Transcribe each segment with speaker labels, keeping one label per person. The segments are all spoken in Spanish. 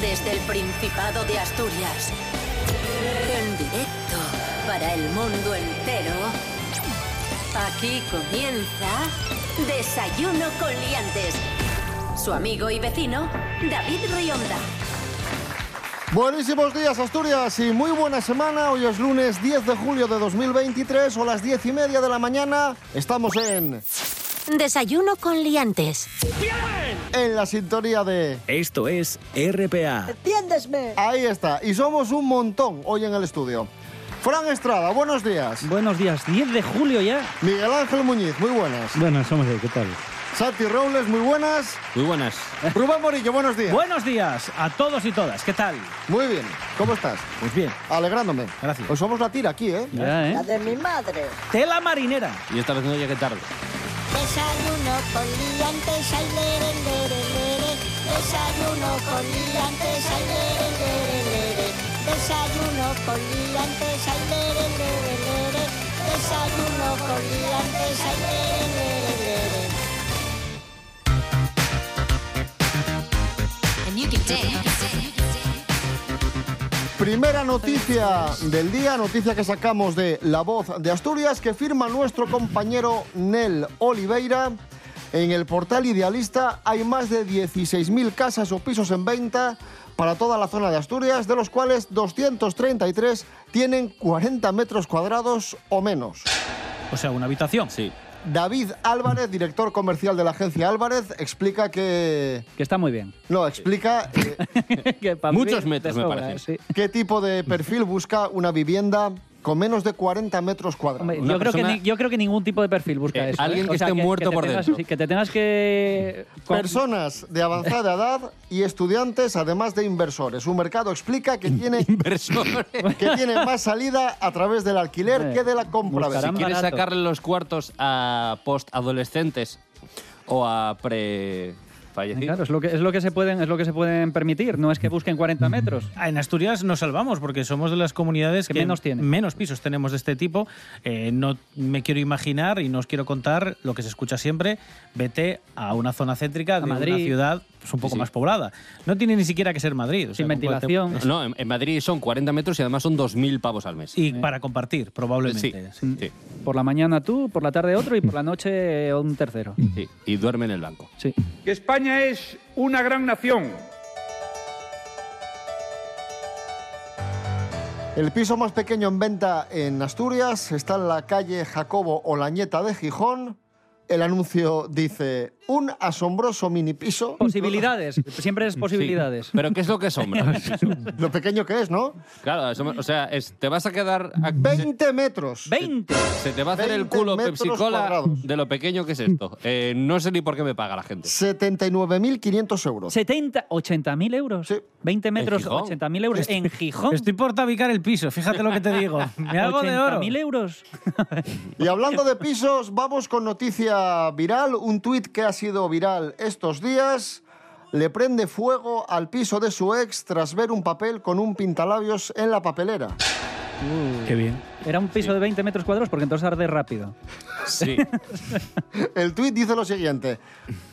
Speaker 1: Desde el Principado de Asturias. En directo para el mundo entero. Aquí comienza Desayuno con Liantes. Su amigo y vecino, David Rionda.
Speaker 2: Buenísimos días Asturias y muy buena semana. Hoy es lunes 10 de julio de 2023 o las 10 y media de la mañana. Estamos en...
Speaker 1: Desayuno con Liantes.
Speaker 2: En la sintonía de...
Speaker 3: Esto es RPA.
Speaker 4: ¡Entiéndesme!
Speaker 2: Ahí está. Y somos un montón hoy en el estudio. Fran Estrada, buenos días.
Speaker 5: Buenos días, 10 de julio ya.
Speaker 2: Miguel Ángel Muñiz, muy buenas.
Speaker 6: Buenas, somos de ¿qué tal?
Speaker 2: Santi Robles, muy buenas.
Speaker 3: Muy buenas.
Speaker 2: Rubén Morillo, buenos días.
Speaker 5: Buenos días a todos y todas, ¿qué tal?
Speaker 2: Muy bien. ¿Cómo estás?
Speaker 5: Pues bien,
Speaker 2: Alegrándome.
Speaker 5: Gracias.
Speaker 2: Hoy somos la tira aquí, ¿eh?
Speaker 5: ya,
Speaker 4: La
Speaker 5: ¿eh?
Speaker 4: de mi madre.
Speaker 5: Tela marinera.
Speaker 3: Y esta vez no llegué tarde.
Speaker 7: Desayuno con liantes, ay, lere, lere, lere. Desayuno con liantes, ay, lere, lere, lere. Desayuno con liantes, ay, lere, lere, lere. Desayuno con liantes, ay, lere, lere, lere.
Speaker 2: Primera noticia del día, noticia que sacamos de La Voz de Asturias, que firma nuestro compañero Nel Oliveira. En el portal idealista hay más de 16.000 casas o pisos en venta para toda la zona de Asturias, de los cuales 233 tienen 40 metros cuadrados o menos.
Speaker 5: O sea, una habitación.
Speaker 3: Sí.
Speaker 2: David Álvarez, director comercial de la agencia Álvarez, explica que...
Speaker 5: Que está muy bien.
Speaker 2: No, explica eh,
Speaker 5: Que para
Speaker 3: Muchos
Speaker 5: vivir
Speaker 3: metros,
Speaker 5: te
Speaker 3: me
Speaker 5: sobra,
Speaker 3: parece.
Speaker 5: sí.
Speaker 2: qué tipo de perfil busca una vivienda con menos de 40 metros cuadrados.
Speaker 5: Hombre,
Speaker 3: Una
Speaker 5: yo, creo que
Speaker 3: persona-
Speaker 5: ni- yo creo que ningún tipo de perfil busca
Speaker 3: Eh,
Speaker 5: eso.
Speaker 3: alguien
Speaker 5: ¿eh?
Speaker 3: que esté muerto
Speaker 5: te
Speaker 3: por
Speaker 5: tengas-
Speaker 3: dentro.
Speaker 5: sí, que te tengas que. con-
Speaker 2: Personas de avanzada edad y estudiantes, además de inversores. Un mercado explica que tiene,
Speaker 3: Inversor.
Speaker 2: que tiene más salida a través del alquiler
Speaker 5: Eh,
Speaker 2: que de la compra.
Speaker 5: buscarán
Speaker 2: Sí,
Speaker 3: ¿Quieres
Speaker 5: barato.
Speaker 3: sacarle los cuartos a post-adolescentes o a pre...
Speaker 5: Claro,
Speaker 3: Fallecidos.
Speaker 5: es lo, que, es, lo que se pueden, es lo que se pueden permitir, no es que busquen 40 metros.
Speaker 8: Ah, En Asturias nos salvamos porque somos de las comunidades
Speaker 5: Que
Speaker 8: que,
Speaker 5: menos tienen.
Speaker 8: menos pisos tenemos de este tipo. Eh, no me quiero imaginar y no os quiero contar lo que se escucha siempre. Vete a una zona céntrica de
Speaker 5: Madrid.
Speaker 8: una ciudad pues, un poco
Speaker 3: sí.
Speaker 8: más poblada. No tiene ni siquiera que ser Madrid. o sea,
Speaker 5: Sin
Speaker 8: con cualquier-
Speaker 5: ventilación.
Speaker 3: No, en, en Madrid son 40 metros y además son 2.000 pavos al mes.
Speaker 8: Y para compartir,
Speaker 3: sí,
Speaker 8: probablemente.
Speaker 3: sí, sí,
Speaker 5: Por la mañana tú, por la tarde otro y por la noche un tercero.
Speaker 3: sí. Y duerme en el banco.
Speaker 5: Sí.
Speaker 9: que España es una gran nación.
Speaker 2: El piso más pequeño en venta en Asturias está en la calle Jacobo Olañeta de Gijón. El anuncio dice, un asombroso mini piso.
Speaker 5: Posibilidades, siempre es
Speaker 3: Sí.
Speaker 5: posibilidades.
Speaker 3: Pero ¿qué es lo que sombra?
Speaker 2: Lo pequeño que es, ¿no?
Speaker 3: claro, asombra- o sea, es- te vas a quedar... a-
Speaker 2: 20 metros.
Speaker 5: 20.
Speaker 3: Se te va a hacer el
Speaker 2: 20
Speaker 3: culo
Speaker 2: metros
Speaker 3: Pepsi Cola
Speaker 2: cuadrados.
Speaker 3: de lo pequeño que es esto. Eh, no sé ni por qué me paga la gente.
Speaker 2: 79.500 euros.
Speaker 5: 70, 80 mil euros.
Speaker 2: Sí.
Speaker 5: 20 metros,
Speaker 3: Gijón.
Speaker 5: 80 mil
Speaker 9: Pues
Speaker 5: euros en Gijón.
Speaker 8: Estoy por tabicar el piso, fíjate lo que te digo. Me hago de oro.
Speaker 5: mil euros.
Speaker 2: Y hablando de pisos, vamos con noticia viral, un tuit que ha sido viral estos días. Le prende fuego al piso de su ex tras ver un papel con un pintalabios en la papelera. Mm.
Speaker 8: Qué bien.
Speaker 5: Era un piso de 20 metros cuadrados porque entonces arde rápido.
Speaker 3: Sí.
Speaker 2: El tuit dice lo siguiente.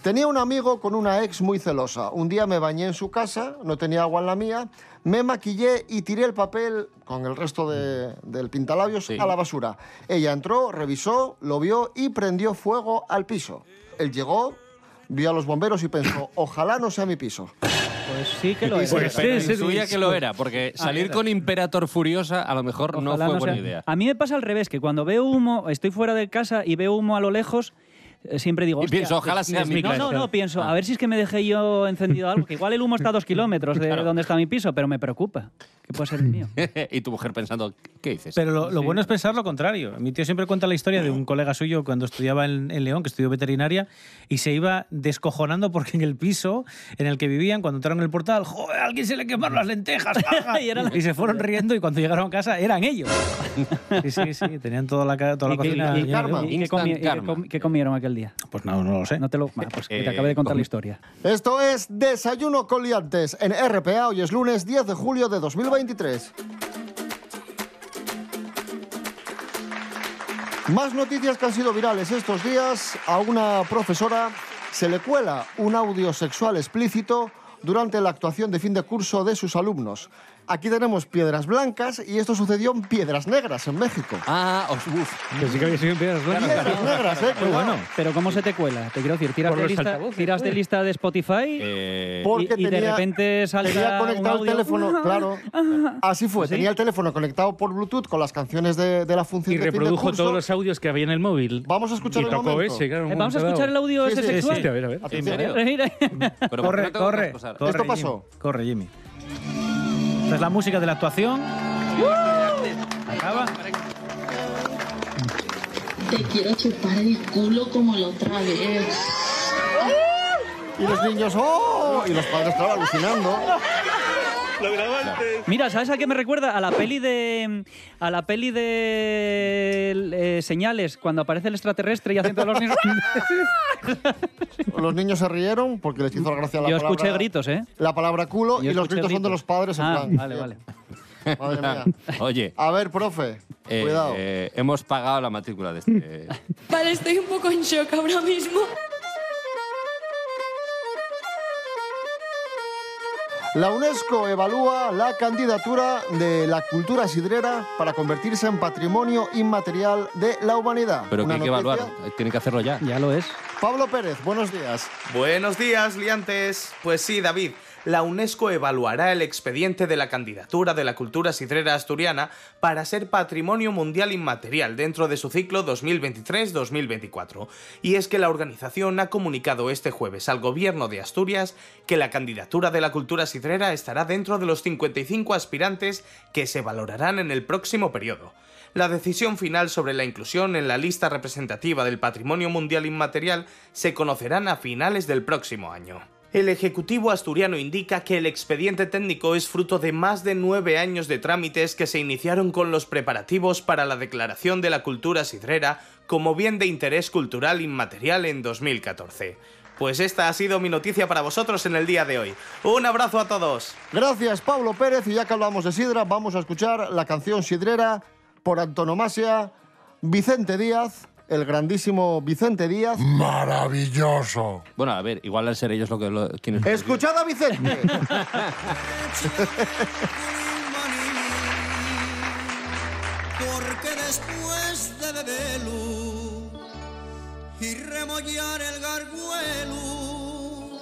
Speaker 2: Tenía un amigo con una ex muy celosa. Un día me bañé en su casa, no tenía agua en la mía, me maquillé y tiré el papel con el resto de- del pintalabios
Speaker 3: Sí.
Speaker 2: a la basura. Ella entró, revisó, lo vio y prendió fuego al piso. Él llegó, vio a los bomberos y pensó, ojalá no sea mi piso.
Speaker 5: Pues sí Ah, que lo es.
Speaker 3: Pues pero intuía que lo era, porque salir con Imperator Furiosa a lo mejor no fue buena idea.
Speaker 5: A mí me pasa al revés, que cuando veo humo, estoy fuera de casa y veo humo a lo lejos, eh, siempre digo.
Speaker 3: Y
Speaker 5: "Hostia,
Speaker 3: pienso, ojalá
Speaker 5: es-
Speaker 3: sea
Speaker 5: es
Speaker 3: mi
Speaker 5: No,
Speaker 3: casa".
Speaker 5: no, no, pienso,
Speaker 3: Ah.
Speaker 5: a ver si es que me dejé yo encendido algo, que igual el humo está a dos kilómetros de donde está mi piso, pero me preocupa. Que puede ser el mío.
Speaker 3: y tu mujer pensando, ¿qué dices?
Speaker 8: Pero lo, lo bueno es pensar lo contrario. Mi tío siempre cuenta la historia de un colega suyo cuando estudiaba en, en León, que estudió veterinaria, y se iba descojonando porque en el piso en el que vivían, cuando entraron en el portal, ¡joder, a alguien se le quemaron las lentejas! jaja".
Speaker 5: Y era la-
Speaker 8: y se fueron riendo y cuando llegaron a casa eran ellos. Sí, sí, sí, tenían toda la, ca- toda la
Speaker 5: ¿Y qué-
Speaker 8: cocina
Speaker 5: y-
Speaker 8: llena de
Speaker 2: karma?
Speaker 5: y
Speaker 8: humo.
Speaker 5: qué comi- y qué
Speaker 3: Instant
Speaker 5: com- qué comieron aquel día?
Speaker 8: Pues no, no lo sé.
Speaker 5: No te lo. Ah, pues que te
Speaker 3: Eh,
Speaker 5: acabé de contar
Speaker 3: com-
Speaker 5: la historia.
Speaker 2: Esto es Desayuno con Liantes en RPA. Hoy es lunes 10 de julio de 2023. Más noticias que han sido virales estos días. A una profesora se le cuela un audio sexual explícito durante la actuación de fin de curso de sus alumnos. Aquí tenemos piedras blancas y esto sucedió en piedras negras en México.
Speaker 3: Ah, os, uf.
Speaker 4: Que sí que había sido en piedras blancas.
Speaker 2: piedras negras, eh,
Speaker 8: Muy
Speaker 2: cuidado.
Speaker 8: bueno.
Speaker 5: Pero ¿cómo se te cuela? Te quiero decir, tiras,
Speaker 4: Por
Speaker 5: de
Speaker 4: los
Speaker 5: lista,
Speaker 4: altavoces,
Speaker 5: tiras de
Speaker 8: eh.
Speaker 4: pues.
Speaker 5: lista de Spotify
Speaker 3: Eh,
Speaker 2: Porque
Speaker 5: y, y de
Speaker 2: tenía-
Speaker 5: repente salta
Speaker 2: Tenía
Speaker 5: un
Speaker 2: conectado el
Speaker 5: audio.
Speaker 2: teléfono, claro. Así fue, tenía el teléfono conectado por Bluetooth con las canciones de, de la función
Speaker 4: Y
Speaker 2: de fin de
Speaker 4: reprodujo
Speaker 2: curso.
Speaker 4: todos los audios que había en el móvil.
Speaker 2: Vamos a escuchar
Speaker 4: y
Speaker 2: el
Speaker 4: tocó
Speaker 2: momento.
Speaker 4: ese, claro. en
Speaker 5: Eh,
Speaker 4: un
Speaker 5: vamos a
Speaker 4: momento
Speaker 5: escuchar el
Speaker 4: dado.
Speaker 5: audio
Speaker 2: Sí,
Speaker 5: ese
Speaker 2: sí, sí,
Speaker 5: sexual.
Speaker 4: Sí, a ver, a ver.
Speaker 2: Atención,
Speaker 3: ¿En serio?
Speaker 2: ¿eh?
Speaker 5: Mira,
Speaker 3: pero ¿por
Speaker 8: Corre,
Speaker 3: qué no
Speaker 8: corre.
Speaker 3: tengo otras cosas?
Speaker 8: corre,
Speaker 2: Esto
Speaker 8: Jimmy,
Speaker 2: pasó.
Speaker 8: Corre, Jimmy. Esta es la música de la actuación. Acaba.
Speaker 6: Te quiero chupar el culo como la otra vez.
Speaker 2: Y los niños, ¡oh! Y los padres, claro, alucinando.
Speaker 5: Mira, ¿sabes a qué me recuerda? A la peli de. A la peli de. eh, señales, cuando aparece el extraterrestre y hacen todos los mismos.
Speaker 2: Los niños se rieron porque les hizo gracia la
Speaker 5: Yo
Speaker 2: palabra.
Speaker 5: escuché gritos, ¿eh?
Speaker 2: La palabra culo
Speaker 5: Yo
Speaker 2: y los
Speaker 5: escuché
Speaker 2: gritos son de los padres en
Speaker 5: Ah,
Speaker 2: plan.
Speaker 5: Vale, vale.
Speaker 2: Madre mía.
Speaker 3: Oye,
Speaker 2: A ver, profe,
Speaker 3: eh,
Speaker 2: cuidado.
Speaker 3: eh, hemos pagado la matrícula de este.
Speaker 6: Vale, estoy un poco en shock ahora mismo.
Speaker 2: La UNESCO evalúa la candidatura de la cultura sidrera para convertirse en patrimonio inmaterial de la humanidad.
Speaker 3: Pero que
Speaker 2: Una
Speaker 3: hay que
Speaker 2: noticia.
Speaker 3: evaluar, tienen que hacerlo ya.
Speaker 5: Ya lo es.
Speaker 2: Pablo Pérez, buenos días.
Speaker 10: Buenos días, liantes. Pues sí, David. La UNESCO evaluará el expediente de la candidatura de la cultura sidrera asturiana para ser Patrimonio Mundial Inmaterial dentro de su ciclo 2023-2024. Y es que la organización ha comunicado este jueves al gobierno de Asturias que la candidatura de la cultura sidrera estará dentro de los 55 aspirantes que se valorarán en el próximo periodo. La decisión final sobre la inclusión en la lista representativa del Patrimonio Mundial Inmaterial se conocerán a finales del próximo año. El Ejecutivo asturiano indica que el expediente técnico es fruto de más de nueve años de trámites que se iniciaron con los preparativos para la declaración de la cultura sidrera como bien de interés cultural inmaterial en 2014. Pues esta ha sido mi noticia para vosotros en el día de hoy. Un abrazo a todos.
Speaker 2: Gracias, Pablo Pérez. Y ya que hablamos de sidra, vamos a escuchar la canción sidrera por antonomasia Vicente Díaz, el grandísimo Vicente Díaz.
Speaker 11: Maravilloso.
Speaker 3: Bueno, a ver, igual al ser ellos lo que lo- quienes. lo
Speaker 2: ¡Escuchad a Vicente!
Speaker 7: Porque después de beberlo y remollar el garguelo,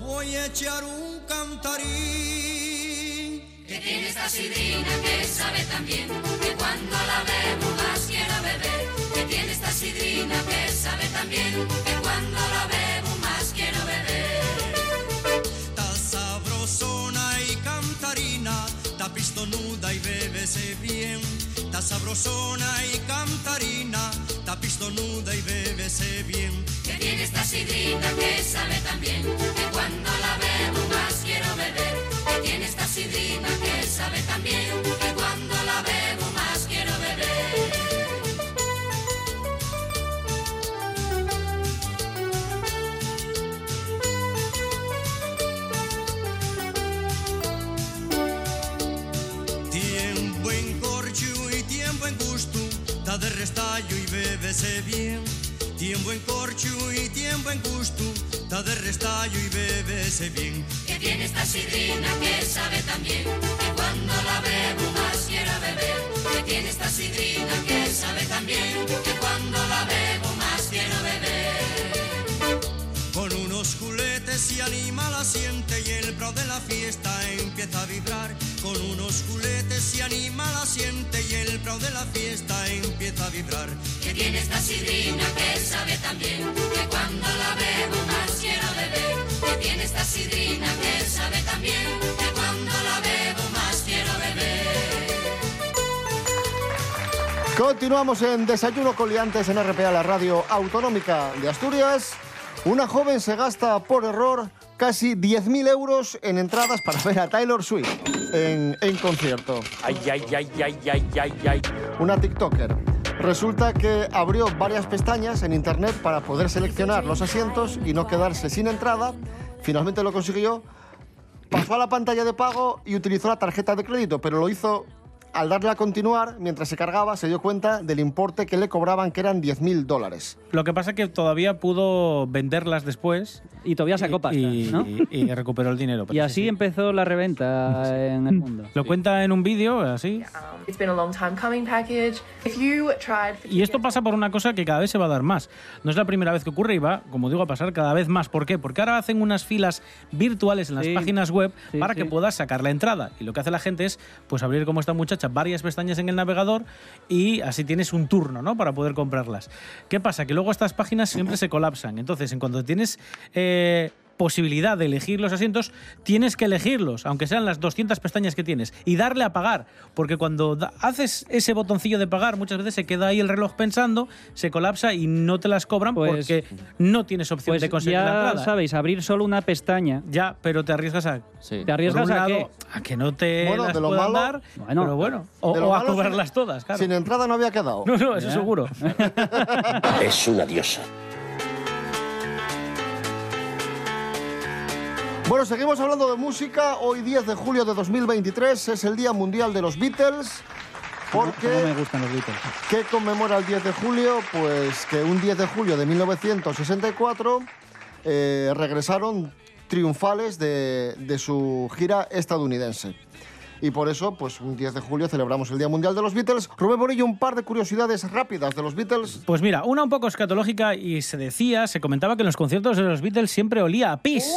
Speaker 7: voy a echar un cantarín. Ta sabrosona y cantarina, ta pistonuda y bébese bien. Ta sabrosona y cantarina, ta pistonuda y bébese bien. Tiempo en corcho y tiempo en gusto, ta de restallo y bébese bien. Tiempo en corcho y tiempo en gusto, ta de restallo y bébese bien. Con unos juletes se anima la siente y el pro de la fiesta empieza a vibrar. Con unos juletes se anima la siente y el pro de la fiesta empieza a vibrar.
Speaker 2: Continuamos en Desayuno Coliantes en RPA, la radio autonómica de Asturias. Una joven se gasta por error casi 10.000 euros en entradas para ver a Taylor Swift en, en concierto.
Speaker 11: Ay, ay, ay, ay, ay, ay, ay.
Speaker 2: Una TikToker. Resulta que abrió varias pestañas en internet para poder seleccionar los asientos y no quedarse sin entrada. Finalmente lo consiguió. Pasó a la pantalla de pago y utilizó la tarjeta de crédito, pero lo hizo al darle a continuar, mientras se cargaba, se dio cuenta del importe que le cobraban, que eran 10.000 dólares.
Speaker 8: Lo que pasa es que todavía pudo venderlas después.
Speaker 5: Y todavía sacó pasta,
Speaker 8: y,
Speaker 5: ¿no?
Speaker 8: y- y recuperó el dinero.
Speaker 5: Y así empezó la reventa en el mundo.
Speaker 8: Lo cuenta en un vídeo, así.
Speaker 12: It's been a long time coming package. If you tried
Speaker 8: Y esto pasa por una cosa que cada vez se va a dar más. No es la primera vez que ocurre y va, como digo, a pasar cada vez más. ¿Por qué? Porque ahora hacen unas filas virtuales en las páginas web
Speaker 5: sí,
Speaker 8: para
Speaker 5: sí.
Speaker 8: que puedas sacar la entrada. Y lo que hace la gente es pues abrir como esta muchacha varias pestañas en el navegador y así tienes un turno, ¿no? Para poder comprarlas. ¿Qué pasa? Que luego estas páginas siempre se colapsan. Entonces, en cuanto tienes eh, posibilidad de elegir los asientos, tienes que elegirlos, aunque sean las 200 pestañas que tienes, y darle a pagar, porque cuando da- haces ese botoncillo de pagar, muchas veces se queda ahí el reloj pensando, se colapsa y no te las cobran
Speaker 5: Pues-
Speaker 8: porque no tienes opción
Speaker 5: Pues
Speaker 8: de conseguir la
Speaker 5: ya
Speaker 8: entrada.
Speaker 5: sabéis, abrir solo una pestaña.
Speaker 8: Ya, pero te arriesgas a...
Speaker 5: Te arriesgas
Speaker 8: Por un
Speaker 5: a
Speaker 8: lado, a que no te
Speaker 5: Bueno,
Speaker 8: las
Speaker 5: de lo
Speaker 8: puedan
Speaker 5: malo-
Speaker 8: dar,
Speaker 5: Bueno.
Speaker 8: pero bueno, o,
Speaker 5: De lo
Speaker 8: o a
Speaker 5: malo sin-
Speaker 8: cobrarlas todas, claro.
Speaker 2: Sin entrada no había quedado.
Speaker 8: No, no, eso seguro.
Speaker 13: Es una diosa.
Speaker 2: Bueno, seguimos hablando de música. Hoy 10 de julio de 2023 es el Día Mundial de los Beatles. Porque...
Speaker 5: No me gustan los Beatles.
Speaker 2: ¿Qué conmemora el 10 de julio? Pues que un 10 de julio de 1964 eh, regresaron triunfales de, de su gira estadounidense. Y por eso, pues un 10 de julio celebramos el Día Mundial de los Beatles. Rubén Borillo, un par de curiosidades rápidas de los Beatles.
Speaker 8: Pues mira, una un poco escatológica y se decía, se comentaba que en los conciertos de los Beatles siempre olía a pis.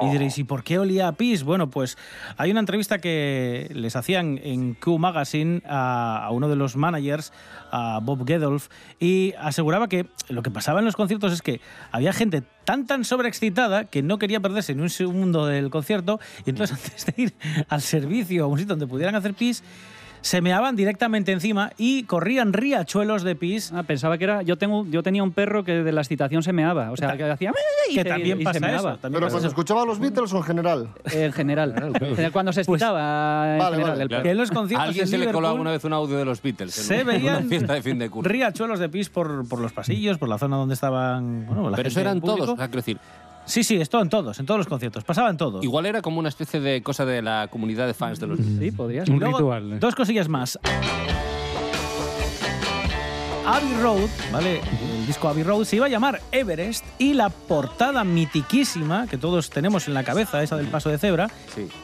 Speaker 8: Y diréis, ¿y por qué olía a pis? Bueno, pues hay una entrevista que les hacían en Q Magazine a, a uno de los managers, a Bob Gedolf, y aseguraba que lo que pasaba en los conciertos es que había gente tan tan sobreexcitada que no quería perderse ni un segundo del concierto, y entonces antes de ir al servicio, a un sitio donde pudieran hacer pis, se meaban directamente encima y corrían riachuelos de pis.
Speaker 5: Ah, pensaba que era. Yo, tengo, yo tenía un perro que de la excitación se meaba. O sea, que hacía. y
Speaker 8: que
Speaker 5: se-
Speaker 8: también
Speaker 5: y se
Speaker 8: pasa eso,
Speaker 5: meaba.
Speaker 8: también
Speaker 2: ¿Pero pues cuando escuchaba a los Beatles o en general?
Speaker 5: En general. Cuando se
Speaker 8: Pues,
Speaker 5: excitaba. en
Speaker 2: Vale,
Speaker 5: general,
Speaker 2: vale.
Speaker 5: el perro.
Speaker 8: Que en los conciertos
Speaker 3: A alguien
Speaker 8: en
Speaker 3: se le colaba
Speaker 8: Liverpool
Speaker 3: una vez un audio de los Beatles. en
Speaker 8: se
Speaker 3: una- en
Speaker 8: veían
Speaker 3: Una fiesta de fin de curso.
Speaker 8: riachuelos de pis por, por los pasillos, por la zona donde estaban. bueno, la
Speaker 3: Pero eso
Speaker 8: gente,
Speaker 3: eran
Speaker 8: el público.
Speaker 3: todos, o sea, quiero decir,
Speaker 8: Sí, sí, esto en todos, en todos los conciertos. Pasaban todos.
Speaker 3: igual era como una especie de cosa de la comunidad de fans de los Beatles.
Speaker 5: Sí, podría
Speaker 8: Y luego, Dos cosillas más. Abbey Road, ¿vale? El disco Abbey Road se iba a llamar Everest y la portada mitiquísima que todos tenemos en la cabeza, esa del paso de cebra,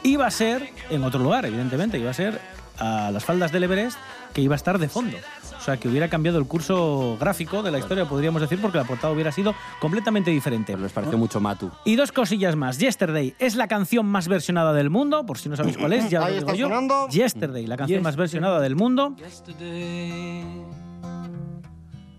Speaker 8: iba a ser en otro lugar, evidentemente, iba a ser a las faldas del Everest que iba a estar de fondo. O sea, que hubiera cambiado el curso gráfico de la historia, podríamos decir, porque la portada hubiera sido completamente diferente.
Speaker 3: Les pareció mucho Matu.
Speaker 8: Y dos cosillas más. Yesterday es la canción más versionada del mundo, por si no sabéis cuál es, ya lo
Speaker 2: Ahí
Speaker 8: digo
Speaker 2: está
Speaker 8: yo.
Speaker 2: sonando.
Speaker 8: Yesterday, la canción más versionada del mundo.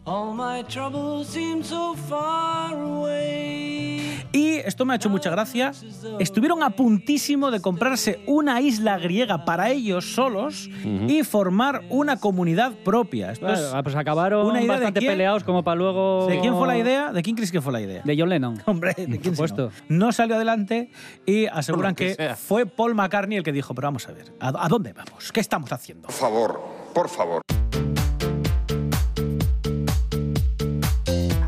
Speaker 14: All my troubles seem so far away.
Speaker 8: Y esto me ha hecho mucha gracia. Estuvieron a puntísimo de comprarse una isla griega para ellos solos y formar una comunidad propia. Esto es-
Speaker 5: Claro, pues acabaron
Speaker 8: una idea de
Speaker 5: bastante
Speaker 8: quién-
Speaker 5: peleados como para luego.
Speaker 8: ¿De quién fue la idea? ¿De quién crees que fue la idea?
Speaker 5: De John Lennon.
Speaker 8: Hombre, ¿de quién si
Speaker 5: supuesto.
Speaker 8: No No salió adelante y aseguran
Speaker 5: Por lo
Speaker 8: que,
Speaker 5: que sea.
Speaker 8: fue Paul McCartney el que dijo, pero vamos a ver, ¿a, a dónde vamos? ¿Qué estamos haciendo?
Speaker 13: Por favor, por favor.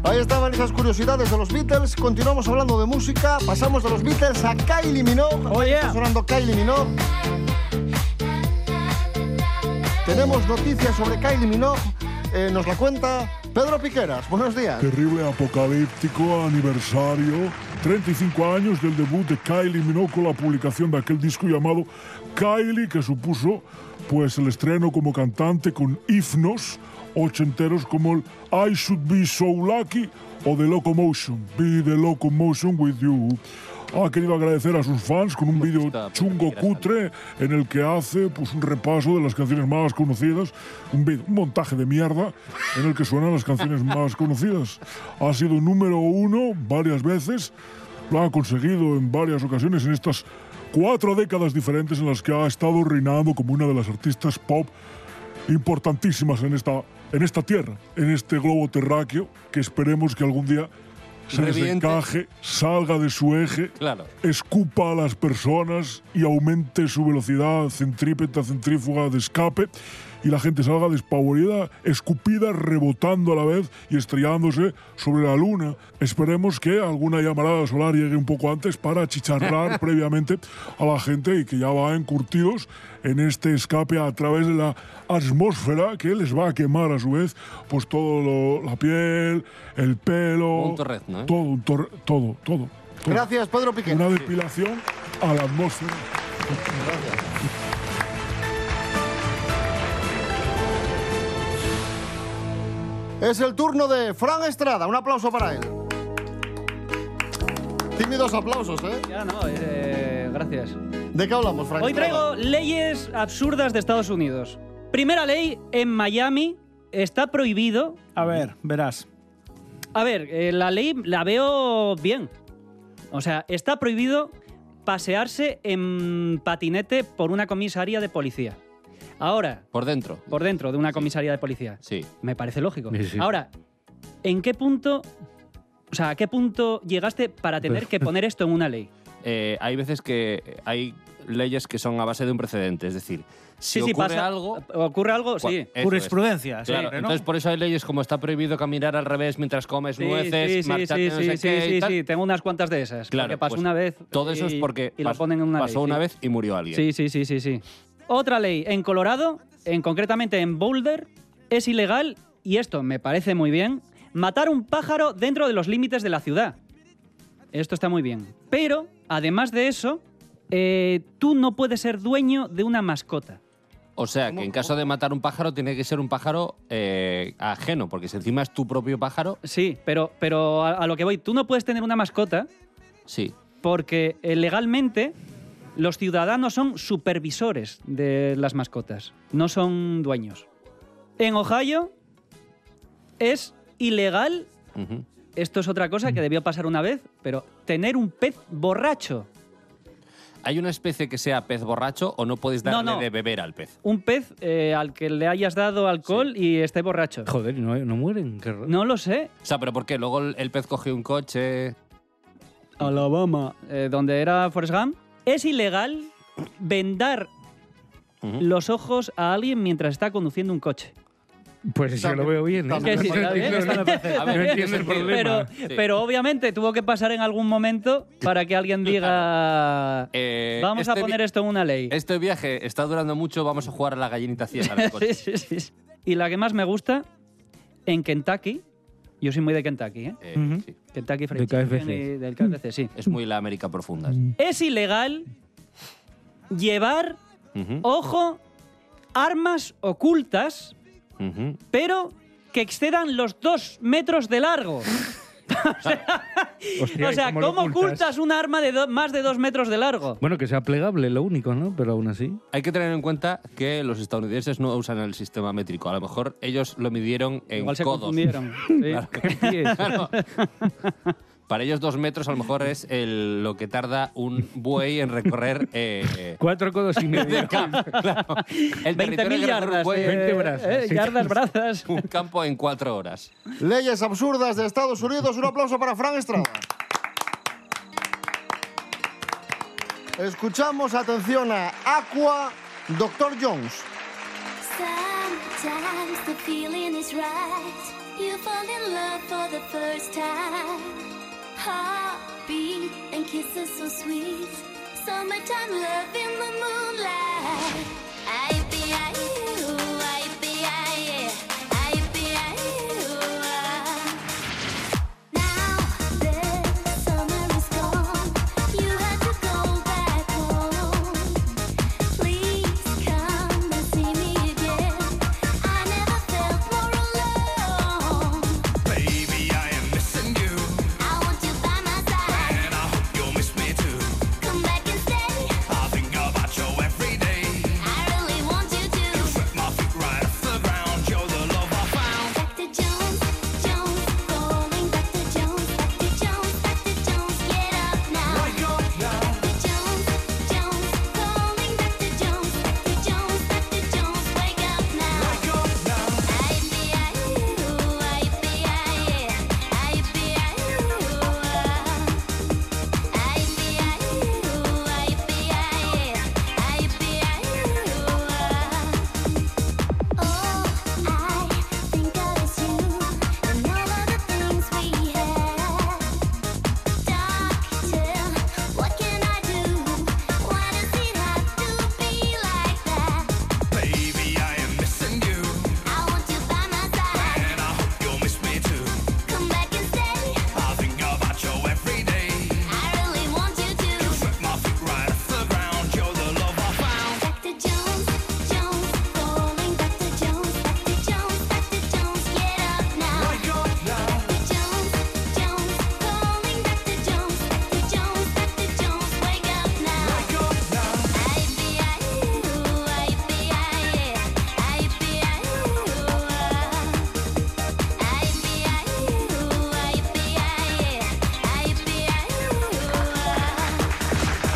Speaker 2: Ahí estaban esas curiosidades de los Beatles. Continuamos hablando de música. Pasamos de los Beatles a Kylie Minogue.
Speaker 5: Oh,
Speaker 2: Oye, está sonando Kylie Minogue. Tenemos noticias sobre Kylie Minogue. Eh, nos la cuenta Pedro Piqueras. Buenos días.
Speaker 11: Terrible apocalíptico aniversario. 35 años del debut de Kylie Minogue con la publicación de aquel disco llamado Kylie, que supuso pues el estreno como cantante con himnos ochenteros como el I Should Be So Lucky o The Locomotion, Be The Locomotion With You. Ha Ah, querido agradecer a sus fans con un vídeo chungo cutre en el que hace pues, un repaso de las canciones más conocidas, un, vídeo- un montaje de mierda en el que suenan las canciones más conocidas. Ha sido número uno varias veces, lo ha conseguido en varias ocasiones en estas cuatro décadas diferentes en las que ha estado reinando como una de las artistas pop importantísimas en esta, en esta tierra, en este globo terráqueo, que esperemos que algún día se
Speaker 3: Reviente.
Speaker 11: desencaje, salga de su eje,
Speaker 3: Claro.
Speaker 11: escupa a las personas y aumente su velocidad centrípeta, centrífuga de escape y la gente salga despavorida, escupida, rebotando a la vez y estrellándose sobre la luna. Esperemos que alguna llamarada solar llegue un poco antes para chicharrar previamente a la gente y que ya va encurtidos en este escape a través de la atmósfera que les va a quemar a su vez pues todo lo- la piel, el pelo,
Speaker 3: Un torrezno, ¿eh?
Speaker 11: todo, un torre- todo, todo, todo.
Speaker 2: Gracias, Pedro Piqué.
Speaker 11: Una depilación a la atmósfera.
Speaker 2: Es el turno de Fran Estrada. Un aplauso para él. Tímidos aplausos, ¿eh?
Speaker 5: Ya Ah, no, eh, gracias.
Speaker 2: ¿De qué hablamos, Fran?
Speaker 5: Hoy traigo leyes absurdas de Estados Unidos. Primera ley, en Miami está prohibido...
Speaker 8: A ver, verás.
Speaker 5: A ver, eh, la ley la veo bien. O sea, está prohibido pasearse en patinete por una comisaría de policía. Ahora,
Speaker 3: Por dentro.
Speaker 5: por dentro de una comisaría de policía.
Speaker 3: Sí.
Speaker 5: Me parece lógico.
Speaker 3: Sí, sí.
Speaker 5: Ahora, ¿en qué punto... O sea, ¿a qué punto llegaste para tener que poner esto en una ley?
Speaker 3: Eh, hay veces que hay leyes que son a base de un precedente. Es decir, si ocurre algo.
Speaker 5: Ocurre algo,
Speaker 3: Cua-
Speaker 5: sí.
Speaker 3: eso es. Claro,
Speaker 5: ¿no?
Speaker 3: Entonces, por eso hay leyes como está prohibido caminar al revés mientras comes
Speaker 5: Sí,
Speaker 3: nueces,
Speaker 5: sí, sí,
Speaker 3: marcharte
Speaker 5: sí,
Speaker 3: no
Speaker 5: sí,
Speaker 3: sé
Speaker 5: sí,
Speaker 3: qué y
Speaker 5: sí,
Speaker 3: tal.
Speaker 5: sí, tengo unas cuantas de esas.
Speaker 3: Claro,
Speaker 5: porque pasó
Speaker 3: pues,
Speaker 5: una vez.
Speaker 3: Todo eso es
Speaker 5: y-
Speaker 3: porque
Speaker 5: y la
Speaker 3: pas-
Speaker 5: ponen en una
Speaker 3: pasó
Speaker 5: ley,
Speaker 3: una
Speaker 5: sí.
Speaker 3: vez y murió alguien.
Speaker 5: Sí, sí, sí, sí, sí. Otra ley, en Colorado, en concretamente en Boulder, es ilegal, y esto me parece muy bien, matar un pájaro dentro de los límites de la ciudad. Esto está muy bien. Pero, además de eso, eh, tú no puedes ser dueño de una mascota.
Speaker 3: O sea, que en caso de matar un pájaro, tiene que ser un pájaro eh, ajeno, porque si encima es tu propio pájaro.
Speaker 5: Sí, pero, pero a, a lo que voy, tú no puedes tener una mascota
Speaker 3: Sí.
Speaker 5: porque eh, legalmente los ciudadanos son supervisores de las mascotas, no son dueños. En Ohio es ilegal,
Speaker 3: Ujú.
Speaker 5: esto es otra cosa que debió pasar una vez, pero tener un pez borracho,
Speaker 3: ¿Hay una especie que sea pez borracho o no puedes
Speaker 5: No,
Speaker 3: darle
Speaker 5: no.
Speaker 3: de beber al pez?
Speaker 5: un pez eh, al que le hayas dado alcohol y esté borracho.
Speaker 4: Joder, ¿y no, no mueren. Qué raro.
Speaker 5: No lo sé.
Speaker 3: O sea, pero ¿por qué? Luego el el pez coge un coche.
Speaker 5: Alabama, eh, donde era Forrest Gump, es ilegal vendar los ojos a alguien mientras está conduciendo un coche.
Speaker 4: Pues yo lo veo bien. ¿eh?
Speaker 5: Es que sí, está bien,
Speaker 4: No, no,
Speaker 5: está
Speaker 4: no,
Speaker 5: bien.
Speaker 4: no entiendo el problema.
Speaker 5: Pero, pero obviamente tuvo que pasar en algún momento para que alguien diga
Speaker 3: Eh,
Speaker 5: vamos
Speaker 3: este
Speaker 5: a poner
Speaker 3: vi-
Speaker 5: esto en una ley.
Speaker 3: Este viaje está durando mucho, vamos a jugar a la gallinita ciega. en el coche.
Speaker 5: Sí, sí, sí, sí. Y la que más me gusta, en Kentucky, yo soy muy de Kentucky, ¿eh?
Speaker 3: Eh,
Speaker 4: Ujú.
Speaker 3: sí.
Speaker 5: Kentucky Fried
Speaker 4: De
Speaker 5: Chicken
Speaker 4: KFC.
Speaker 5: y del KFC, sí.
Speaker 3: Es muy la América profunda.
Speaker 5: Es ilegal llevar,
Speaker 3: Ujú,
Speaker 5: ojo, armas ocultas,
Speaker 3: ujú.
Speaker 5: pero que excedan los dos metros de largo.
Speaker 4: Hostia,
Speaker 5: o
Speaker 4: ¿y
Speaker 5: sea,
Speaker 4: cómo lo
Speaker 5: ¿cómo, ocultas un arma de do- más de dos metros de largo?
Speaker 4: Bueno, que sea plegable, lo único, ¿no? Pero aún así.
Speaker 3: Hay que tener en cuenta que los estadounidenses no usan el sistema métrico. A lo mejor ellos lo midieron en
Speaker 5: Igual se
Speaker 3: codos.
Speaker 5: confundieron. sí.
Speaker 3: Claro. Para ellos dos metros a lo mejor es el- lo que tarda un buey en recorrer eh, eh,
Speaker 4: Cuatro codos y medio.
Speaker 3: el
Speaker 5: 20.000
Speaker 3: territorio que recorre
Speaker 5: yardas.
Speaker 3: un buey.
Speaker 5: eh,
Speaker 4: 20 brazas,
Speaker 5: eh,
Speaker 4: sí.
Speaker 5: yardas, brazas.
Speaker 3: Un campo en cuatro horas.
Speaker 2: Leyes absurdas de Estados Unidos. Un aplauso para Fran Estrada. Escuchamos, atención a Aqua, Doctor Jones.
Speaker 15: Sometimes the feeling is right. You fall in love for the first time. Heartbeat and kisses so sweet. Summertime love in the moonlight. I be I you, I be I, I be I you. Now the summer is gone. You have to go back home. Please come and see me again. I never felt more alone.
Speaker 16: Baby, I am missing you,
Speaker 15: I want you by my side.
Speaker 16: and I hope you'll miss me too.
Speaker 15: Come back and stay.
Speaker 16: I think about you every day.
Speaker 15: I really want you to.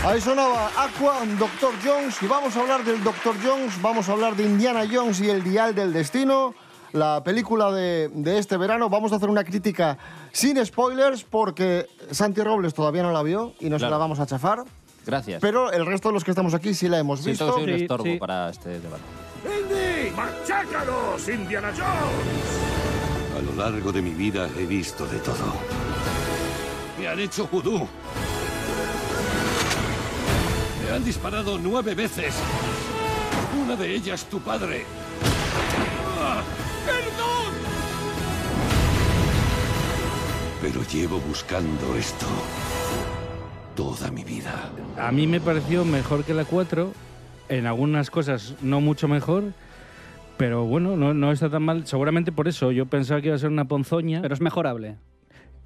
Speaker 2: Ahí sonaba Aqua, Dr. Jones, y vamos a hablar del Dr. Jones, vamos a hablar de Indiana Jones y el Dial del Destino, la película de, de este verano. Vamos a hacer una crítica sin spoilers porque Santi Robles todavía no la vio y no se
Speaker 3: Claro.
Speaker 2: la vamos a chafar,
Speaker 3: Gracias.
Speaker 2: pero el resto de los que estamos aquí sí la hemos
Speaker 3: Siento
Speaker 2: visto.
Speaker 3: que soy un estorbo para este debate.
Speaker 17: ¡Indy! ¡Machácalos, Indiana Jones!
Speaker 18: A lo largo de mi vida he visto de todo. Me han hecho vudú. Me han disparado nueve veces. Una de ellas tu padre. ¡Ah! ¡Perdón! Pero llevo buscando esto toda mi vida.
Speaker 4: A mí me pareció mejor que la 4, en algunas cosas no mucho mejor, pero bueno, no, no está tan mal. Seguramente por eso yo pensaba que iba a ser una ponzoña. Pero
Speaker 5: es mejorable.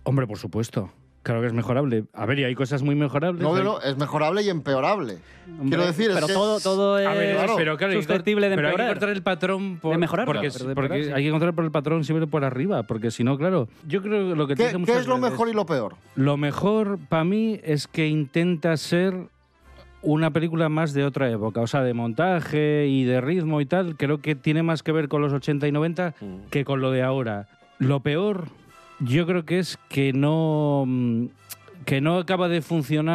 Speaker 4: Hombre, por supuesto. Claro que es mejorable. A ver, y hay cosas muy mejorables.
Speaker 2: No,
Speaker 4: Hay-
Speaker 2: no, es mejorable y empeorable. Quiero decir, es
Speaker 4: pero
Speaker 2: que-
Speaker 4: todo-
Speaker 5: todo
Speaker 4: A ver,
Speaker 2: Claro.
Speaker 4: pero claro,
Speaker 5: susceptible de
Speaker 4: pero hay que
Speaker 5: empeorar.
Speaker 4: encontrar el patrón por,
Speaker 5: De mejorar,
Speaker 4: porque,
Speaker 5: claro, pero de
Speaker 4: porque
Speaker 5: empeorar, sí.
Speaker 4: hay que encontrar por el patrón siempre por arriba, porque si no, claro. Yo creo que lo que te
Speaker 2: ¿Qué,
Speaker 4: dije
Speaker 2: qué
Speaker 4: muchas
Speaker 2: es lo
Speaker 4: veces-
Speaker 2: mejor y lo peor?
Speaker 4: Lo mejor para mí es que intenta ser una película más de otra época, o sea, de montaje y de ritmo y tal. Creo que tiene más que ver con los 80 y 90 que con lo de ahora. Lo peor, yo creo que es que no mm, que no acaba de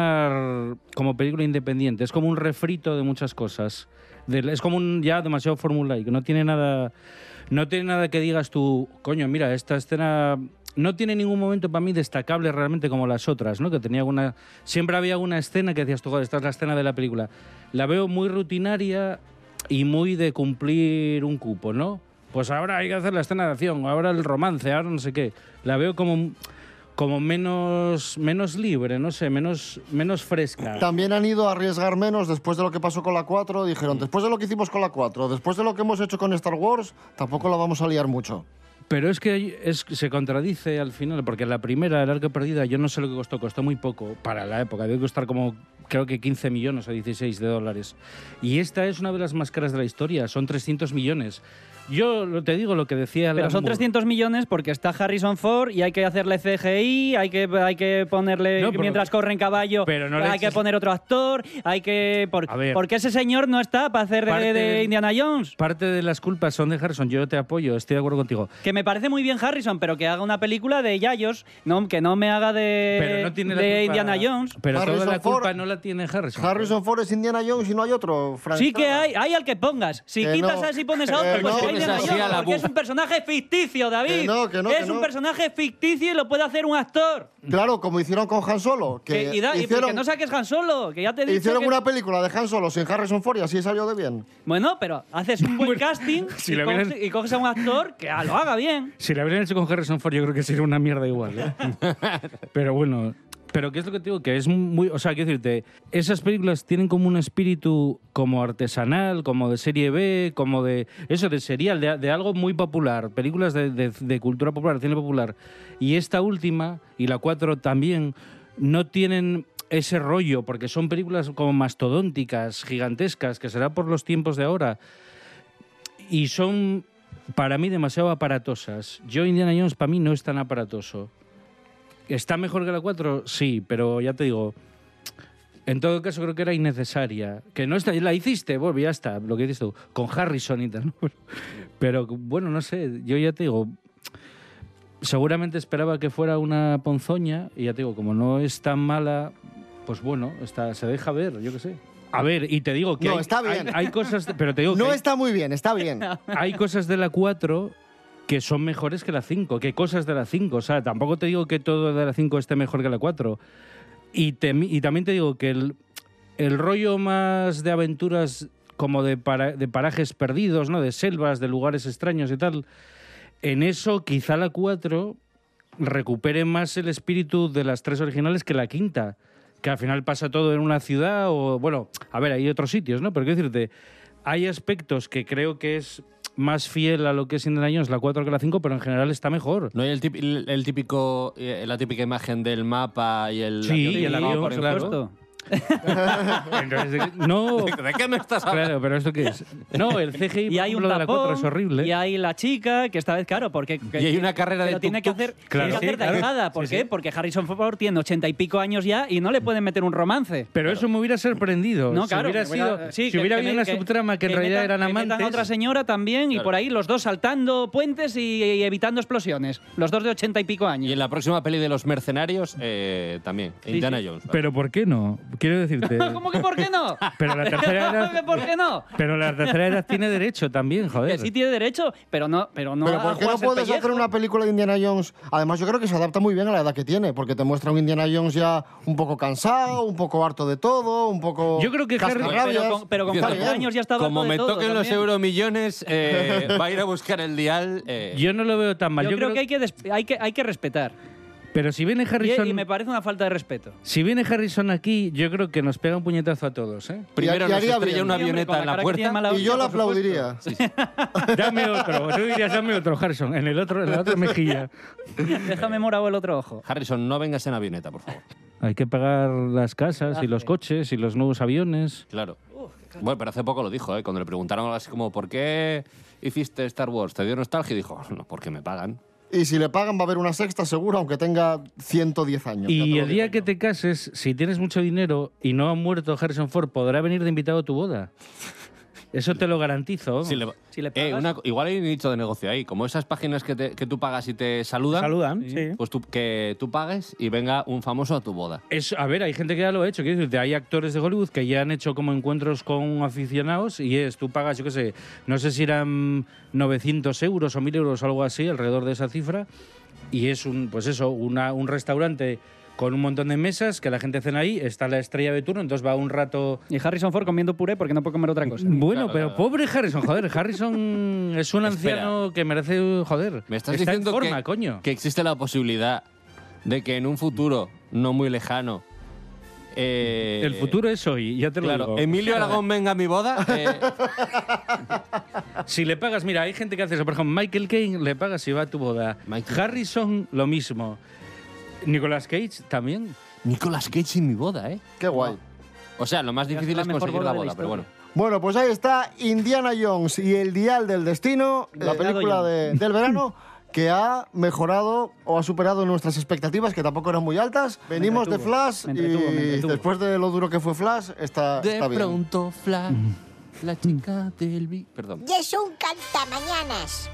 Speaker 4: funcionar como película independiente. Es como un refrito de muchas cosas. Del- es como un ya demasiado formulaico. No tiene nada. No tiene nada que digas tú, coño, mira, esta escena no tiene ningún momento para mí destacable realmente como las otras, ¿no? Que tenía alguna. Siempre había alguna escena que decías tú, "Joder, esta es la escena de la película. La veo muy rutinaria y muy de cumplir un cupo, ¿no? Pues ahora hay que hacer la escena de acción, ahora el romance, ahora no sé qué. La veo como, como menos, menos libre, no sé, menos, menos fresca.
Speaker 2: También han ido a arriesgar menos después de lo que pasó con la 4. Dijeron, después de lo que hicimos con la 4, después de lo que hemos hecho con Star Wars, tampoco la vamos a liar mucho.
Speaker 4: Pero es que hay- es- se contradice al final, porque la primera, el arco perdida, yo no sé lo que costó, costó muy poco para la época, debe costar como creo que 15 millones o 16 de dólares. Y esta es una de las más caras de la historia, son 300 millones. Yo lo- te digo lo que decía
Speaker 5: Pero
Speaker 4: Alan
Speaker 5: son
Speaker 4: Moore.
Speaker 5: 300 millones porque está Harrison Ford y hay que hacerle CGI, hay que, hay que ponerle
Speaker 4: No, pero-
Speaker 5: mientras corre en caballo,
Speaker 4: pero no le
Speaker 5: hay que
Speaker 4: eches-
Speaker 5: poner otro actor, hay que... por-
Speaker 4: ver.
Speaker 5: porque ese señor no está para hacer de, de
Speaker 4: Parte del-
Speaker 5: Indiana Jones.
Speaker 4: Parte de las culpas son de Harrison, yo te apoyo, estoy de acuerdo contigo.
Speaker 5: Que me parece muy bien Harrison, pero que haga una película de Yayos, no, que no me haga de,
Speaker 4: Pero no tiene la
Speaker 5: Eh, de
Speaker 4: culpa-
Speaker 5: Indiana Jones.
Speaker 4: Pero toda
Speaker 2: Harrison
Speaker 4: la culpa no la tiene Harrison.
Speaker 2: Harrison Ford es Indiana Jones y no hay otro. Frank
Speaker 5: Sí que
Speaker 2: Estrada.
Speaker 5: hay, hay al que pongas. Si
Speaker 2: Que
Speaker 5: quitas
Speaker 2: no,
Speaker 5: a si pones a
Speaker 2: que
Speaker 5: otro, pues
Speaker 2: no, que
Speaker 5: será Indiana
Speaker 2: sea
Speaker 5: Jones,
Speaker 2: la
Speaker 5: porque
Speaker 2: bu-
Speaker 5: es un personaje ficticio, David.
Speaker 2: Que no, que no,
Speaker 5: es
Speaker 2: que
Speaker 5: un
Speaker 2: no.
Speaker 5: personaje ficticio y lo puede hacer un actor.
Speaker 2: Claro, como hicieron con Han Solo. Que
Speaker 5: Que- Eh, y da- y- pero
Speaker 2: hicieron,
Speaker 5: que no saques Han Solo, que ya te he dicho
Speaker 2: hicieron
Speaker 5: que-
Speaker 2: una película de Han Solo sin Harrison Ford y así salió de bien.
Speaker 5: Bueno, pero haces un buen casting
Speaker 4: Si
Speaker 5: y,
Speaker 4: lo
Speaker 5: coges,
Speaker 4: hubieran-
Speaker 5: y coges a un actor que ah, lo haga bien.
Speaker 4: Si la hubieran hecho con Harrison Ford, yo creo que sería una mierda igual. ¿eh? pero bueno, pero ¿qué es lo que te digo? Que es muy. O sea, quiero decirte, esas películas tienen como un espíritu como artesanal, como de serie B, como de. Eso, de serial, de, de algo muy popular. Películas de, de- de cultura popular, cine popular. Y esta última, y la 4 también, no tienen ese rollo, porque son películas como mastodónticas, gigantescas, que será por los tiempos de ahora y son para mí demasiado aparatosas. Yo Indiana Jones para mí no es tan aparatoso. ¿Está mejor que la 4? Sí, pero ya te digo, en todo caso creo que era innecesaria. Que no está, la hiciste, bueno, ya está, lo que dices tú, con Harrison y tal. ¿no? Pero bueno, no sé, yo ya te digo, seguramente esperaba que fuera una ponzoña y ya te digo, como no es tan mala, pues bueno, está, se deja ver, yo qué sé. A ver, y te digo que
Speaker 2: No,
Speaker 4: hay,
Speaker 2: está bien.
Speaker 4: hay- hay cosas, pero te digo que
Speaker 2: No
Speaker 4: hay-
Speaker 2: está muy bien, está bien.
Speaker 4: hay cosas de la 4 que son mejores que la 5, que cosas de la 5. O sea, tampoco te digo que todo de la 5 esté mejor que la 4. Y, te- y también te digo que el, el rollo más de aventuras como de, para- de parajes perdidos, ¿no? De selvas, de lugares extraños y tal. En eso quizá la 4 recupere más el espíritu de las tres originales que la quinta, que al final pasa todo en una ciudad o, bueno, a ver, hay otros sitios, ¿no? Pero quiero decirte, hay aspectos que creo que es más fiel a lo que es Indiana Jones la 4 que la 5, pero en general está mejor.
Speaker 3: No hay el típ- el- el típico, eh, la típica imagen del mapa y el
Speaker 4: Sí, y el
Speaker 3: que va
Speaker 4: avión,
Speaker 3: por
Speaker 4: claro.
Speaker 3: encima.
Speaker 4: Entonces, no.
Speaker 3: ¿De qué me estás hablando?
Speaker 4: Claro, pero ¿esto qué es? No, el CGI
Speaker 5: y hay
Speaker 4: por
Speaker 5: un
Speaker 4: ejemplo, de la 4
Speaker 5: tapón,
Speaker 4: es horrible.
Speaker 5: Y hay la chica, que esta vez, claro, porque.
Speaker 4: Y hay una carrera de
Speaker 5: pero tiene que
Speaker 4: tuk-tuks.
Speaker 5: hacer,
Speaker 4: Claro.
Speaker 5: tiene que hacer
Speaker 4: Sí, claro.
Speaker 5: daigada. ¿Por
Speaker 4: Sí,
Speaker 5: qué?
Speaker 4: sí.
Speaker 5: Porque Harrison Ford tiene ochenta y pico años ya y no le pueden meter un romance.
Speaker 4: Pero eso me hubiera sorprendido.
Speaker 5: No,
Speaker 4: Si
Speaker 5: claro.
Speaker 4: hubiera
Speaker 5: que hubiera-
Speaker 4: sido-
Speaker 5: sí,
Speaker 4: si hubiera habido
Speaker 5: me-
Speaker 4: una subtrama que en realidad
Speaker 5: metan-
Speaker 4: eran
Speaker 5: que metan
Speaker 4: amantes.
Speaker 5: a otra señora también y por ahí los dos saltando puentes y, y evitando explosiones. Los dos de ochenta y pico años.
Speaker 3: Y en la próxima peli de los mercenarios eh, también, Indiana Jones. ¿vale?
Speaker 4: Pero ¿por qué no? Quiero decirte.
Speaker 5: ¿Cómo que por qué no?
Speaker 4: Pero la tercera edad-
Speaker 5: ¿Por qué no?
Speaker 4: Pero la tercera edad tiene derecho también, joder.
Speaker 5: Sí tiene derecho, pero no, pero no.
Speaker 4: Pero
Speaker 5: a
Speaker 4: ¿por qué
Speaker 2: no
Speaker 5: jugarse el
Speaker 2: puedes hacer
Speaker 5: pellejo.
Speaker 2: una película de Indiana Jones? Además, yo creo que se adapta muy bien a la edad que tiene, porque te muestra un Indiana Jones ya un poco cansado, un poco harto de todo, un poco. cascarrabias. Está bien.
Speaker 3: Como me toquen los
Speaker 5: también.
Speaker 3: euromillones, eh, va a ir a buscar el dial. eh.
Speaker 4: Yo no lo veo tan mal.
Speaker 5: Yo,
Speaker 4: Yo
Speaker 5: creo,
Speaker 4: creo-
Speaker 5: que, hay que, des- hay que hay que respetar.
Speaker 4: Pero si viene Harrison.
Speaker 5: Y, y me parece una falta de respeto.
Speaker 4: Si viene Harrison aquí, yo creo que nos pega un puñetazo a todos, ¿eh?
Speaker 3: Primero nos estrella una avioneta en la puerta
Speaker 2: y yo la aplaudiría.
Speaker 4: Dame otro. Tú dirías, dame otro, Harrison. En el otro, en la otra mejilla.
Speaker 5: Déjame morado el otro ojo.
Speaker 3: Harrison, no vengas en avioneta, por favor.
Speaker 4: Hay que pagar las casas y los coches y los nuevos aviones.
Speaker 3: Claro. Bueno, pero hace poco lo dijo, ¿eh? cuando le preguntaron algo así como, ¿por qué hiciste Star Wars? ¿Te dio nostalgia? Y dijo, no, porque me pagan.
Speaker 2: Y si le pagan, va a haber una sexta segura, aunque tenga 110 años. ya te
Speaker 4: Y
Speaker 2: lo
Speaker 4: el
Speaker 2: digo.
Speaker 4: día que te cases, si tienes mucho dinero y no ha muerto Harrison Ford, podrá venir de invitado a tu boda. Eso te lo garantizo.
Speaker 3: Si le- Eh, una- igual hay un nicho de negocio ahí. Como esas páginas que, te- que tú pagas y te saludan.
Speaker 8: Saludan, sí.
Speaker 3: Pues tú, que tú pagues y venga un famoso a tu boda.
Speaker 4: Es- a ver, hay gente que ya lo ha hecho. Quiero decirte, hay actores de Hollywood que ya han hecho como encuentros con aficionados y es, tú pagas, yo qué sé, no sé si eran 900 euros o 1000 euros o algo así, alrededor de esa cifra. Y es un, pues eso, una- un restaurante con un montón de mesas que la gente cena ahí, está la estrella de turno, entonces va un rato
Speaker 5: Y Harrison Ford comiendo puré porque no puede comer otra cosa.
Speaker 4: Bueno, pero pobre Harrison, joder, Harrison es un anciano que merece, joder,
Speaker 3: Me estás
Speaker 4: está en
Speaker 3: diciendo
Speaker 4: forma,
Speaker 3: que,
Speaker 4: coño.
Speaker 3: que existe la posibilidad de que en un futuro no muy lejano. eh,
Speaker 4: El futuro es hoy, ya te lo
Speaker 3: Claro,
Speaker 4: digo.
Speaker 3: Emilio Aragón venga a mi boda. eh,
Speaker 4: Si le pagas, mira, hay gente que hace eso, por ejemplo, Michael Caine le pagas si va a tu boda. Harrison lo mismo. Nicolas Cage también.
Speaker 3: Nicolas Cage en mi boda, ¿eh?
Speaker 2: Qué guay.
Speaker 3: o sea, lo más difícil
Speaker 2: la
Speaker 3: es
Speaker 2: mejor
Speaker 3: conseguir
Speaker 2: boda de
Speaker 3: la
Speaker 2: la
Speaker 3: boda, pero bueno.
Speaker 2: Bueno, pues ahí está Indiana Jones y el Dial del Destino, la
Speaker 3: Eh,
Speaker 2: película
Speaker 3: Dado
Speaker 2: de- del verano que ha mejorado o ha superado nuestras expectativas, que tampoco eran muy altas. Venimos de
Speaker 3: entretuvo,
Speaker 2: Flash
Speaker 3: me entretuvo, me
Speaker 2: y
Speaker 3: entretuvo.
Speaker 2: después de lo duro que fue Flash, está,
Speaker 3: De
Speaker 2: está bien.
Speaker 3: pronto, Flash, la chica del... vi- Perdón.
Speaker 7: Y es un cantamañanas.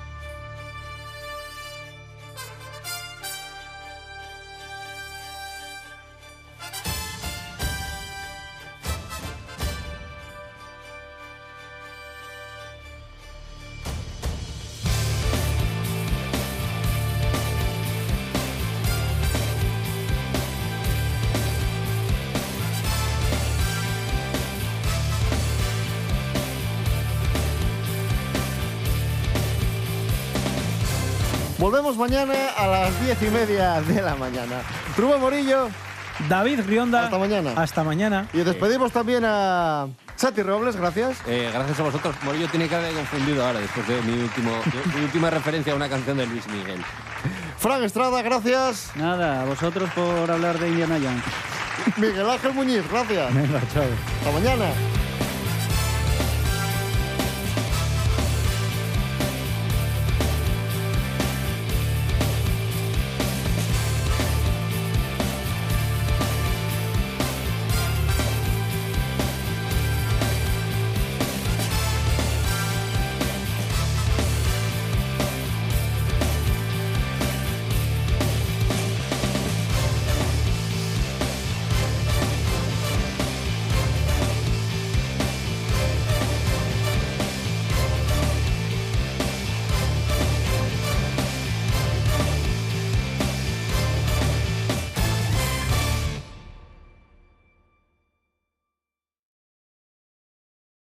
Speaker 2: Volvemos mañana a las diez y media de la mañana. Rubén Morillo.
Speaker 8: David Rionda.
Speaker 2: Hasta mañana.
Speaker 8: Hasta mañana.
Speaker 2: Y despedimos también a Sati Robles, gracias.
Speaker 3: Eh, gracias a vosotros. Morillo tiene cara de confundido ahora, después de mi, último, mi última referencia a una canción de Luis Miguel.
Speaker 2: Fran Estrada, gracias.
Speaker 5: Nada, a vosotros por hablar de Indiana Jones.
Speaker 2: Miguel Ángel Muñiz, gracias.
Speaker 4: Venga, chao.
Speaker 2: Hasta mañana.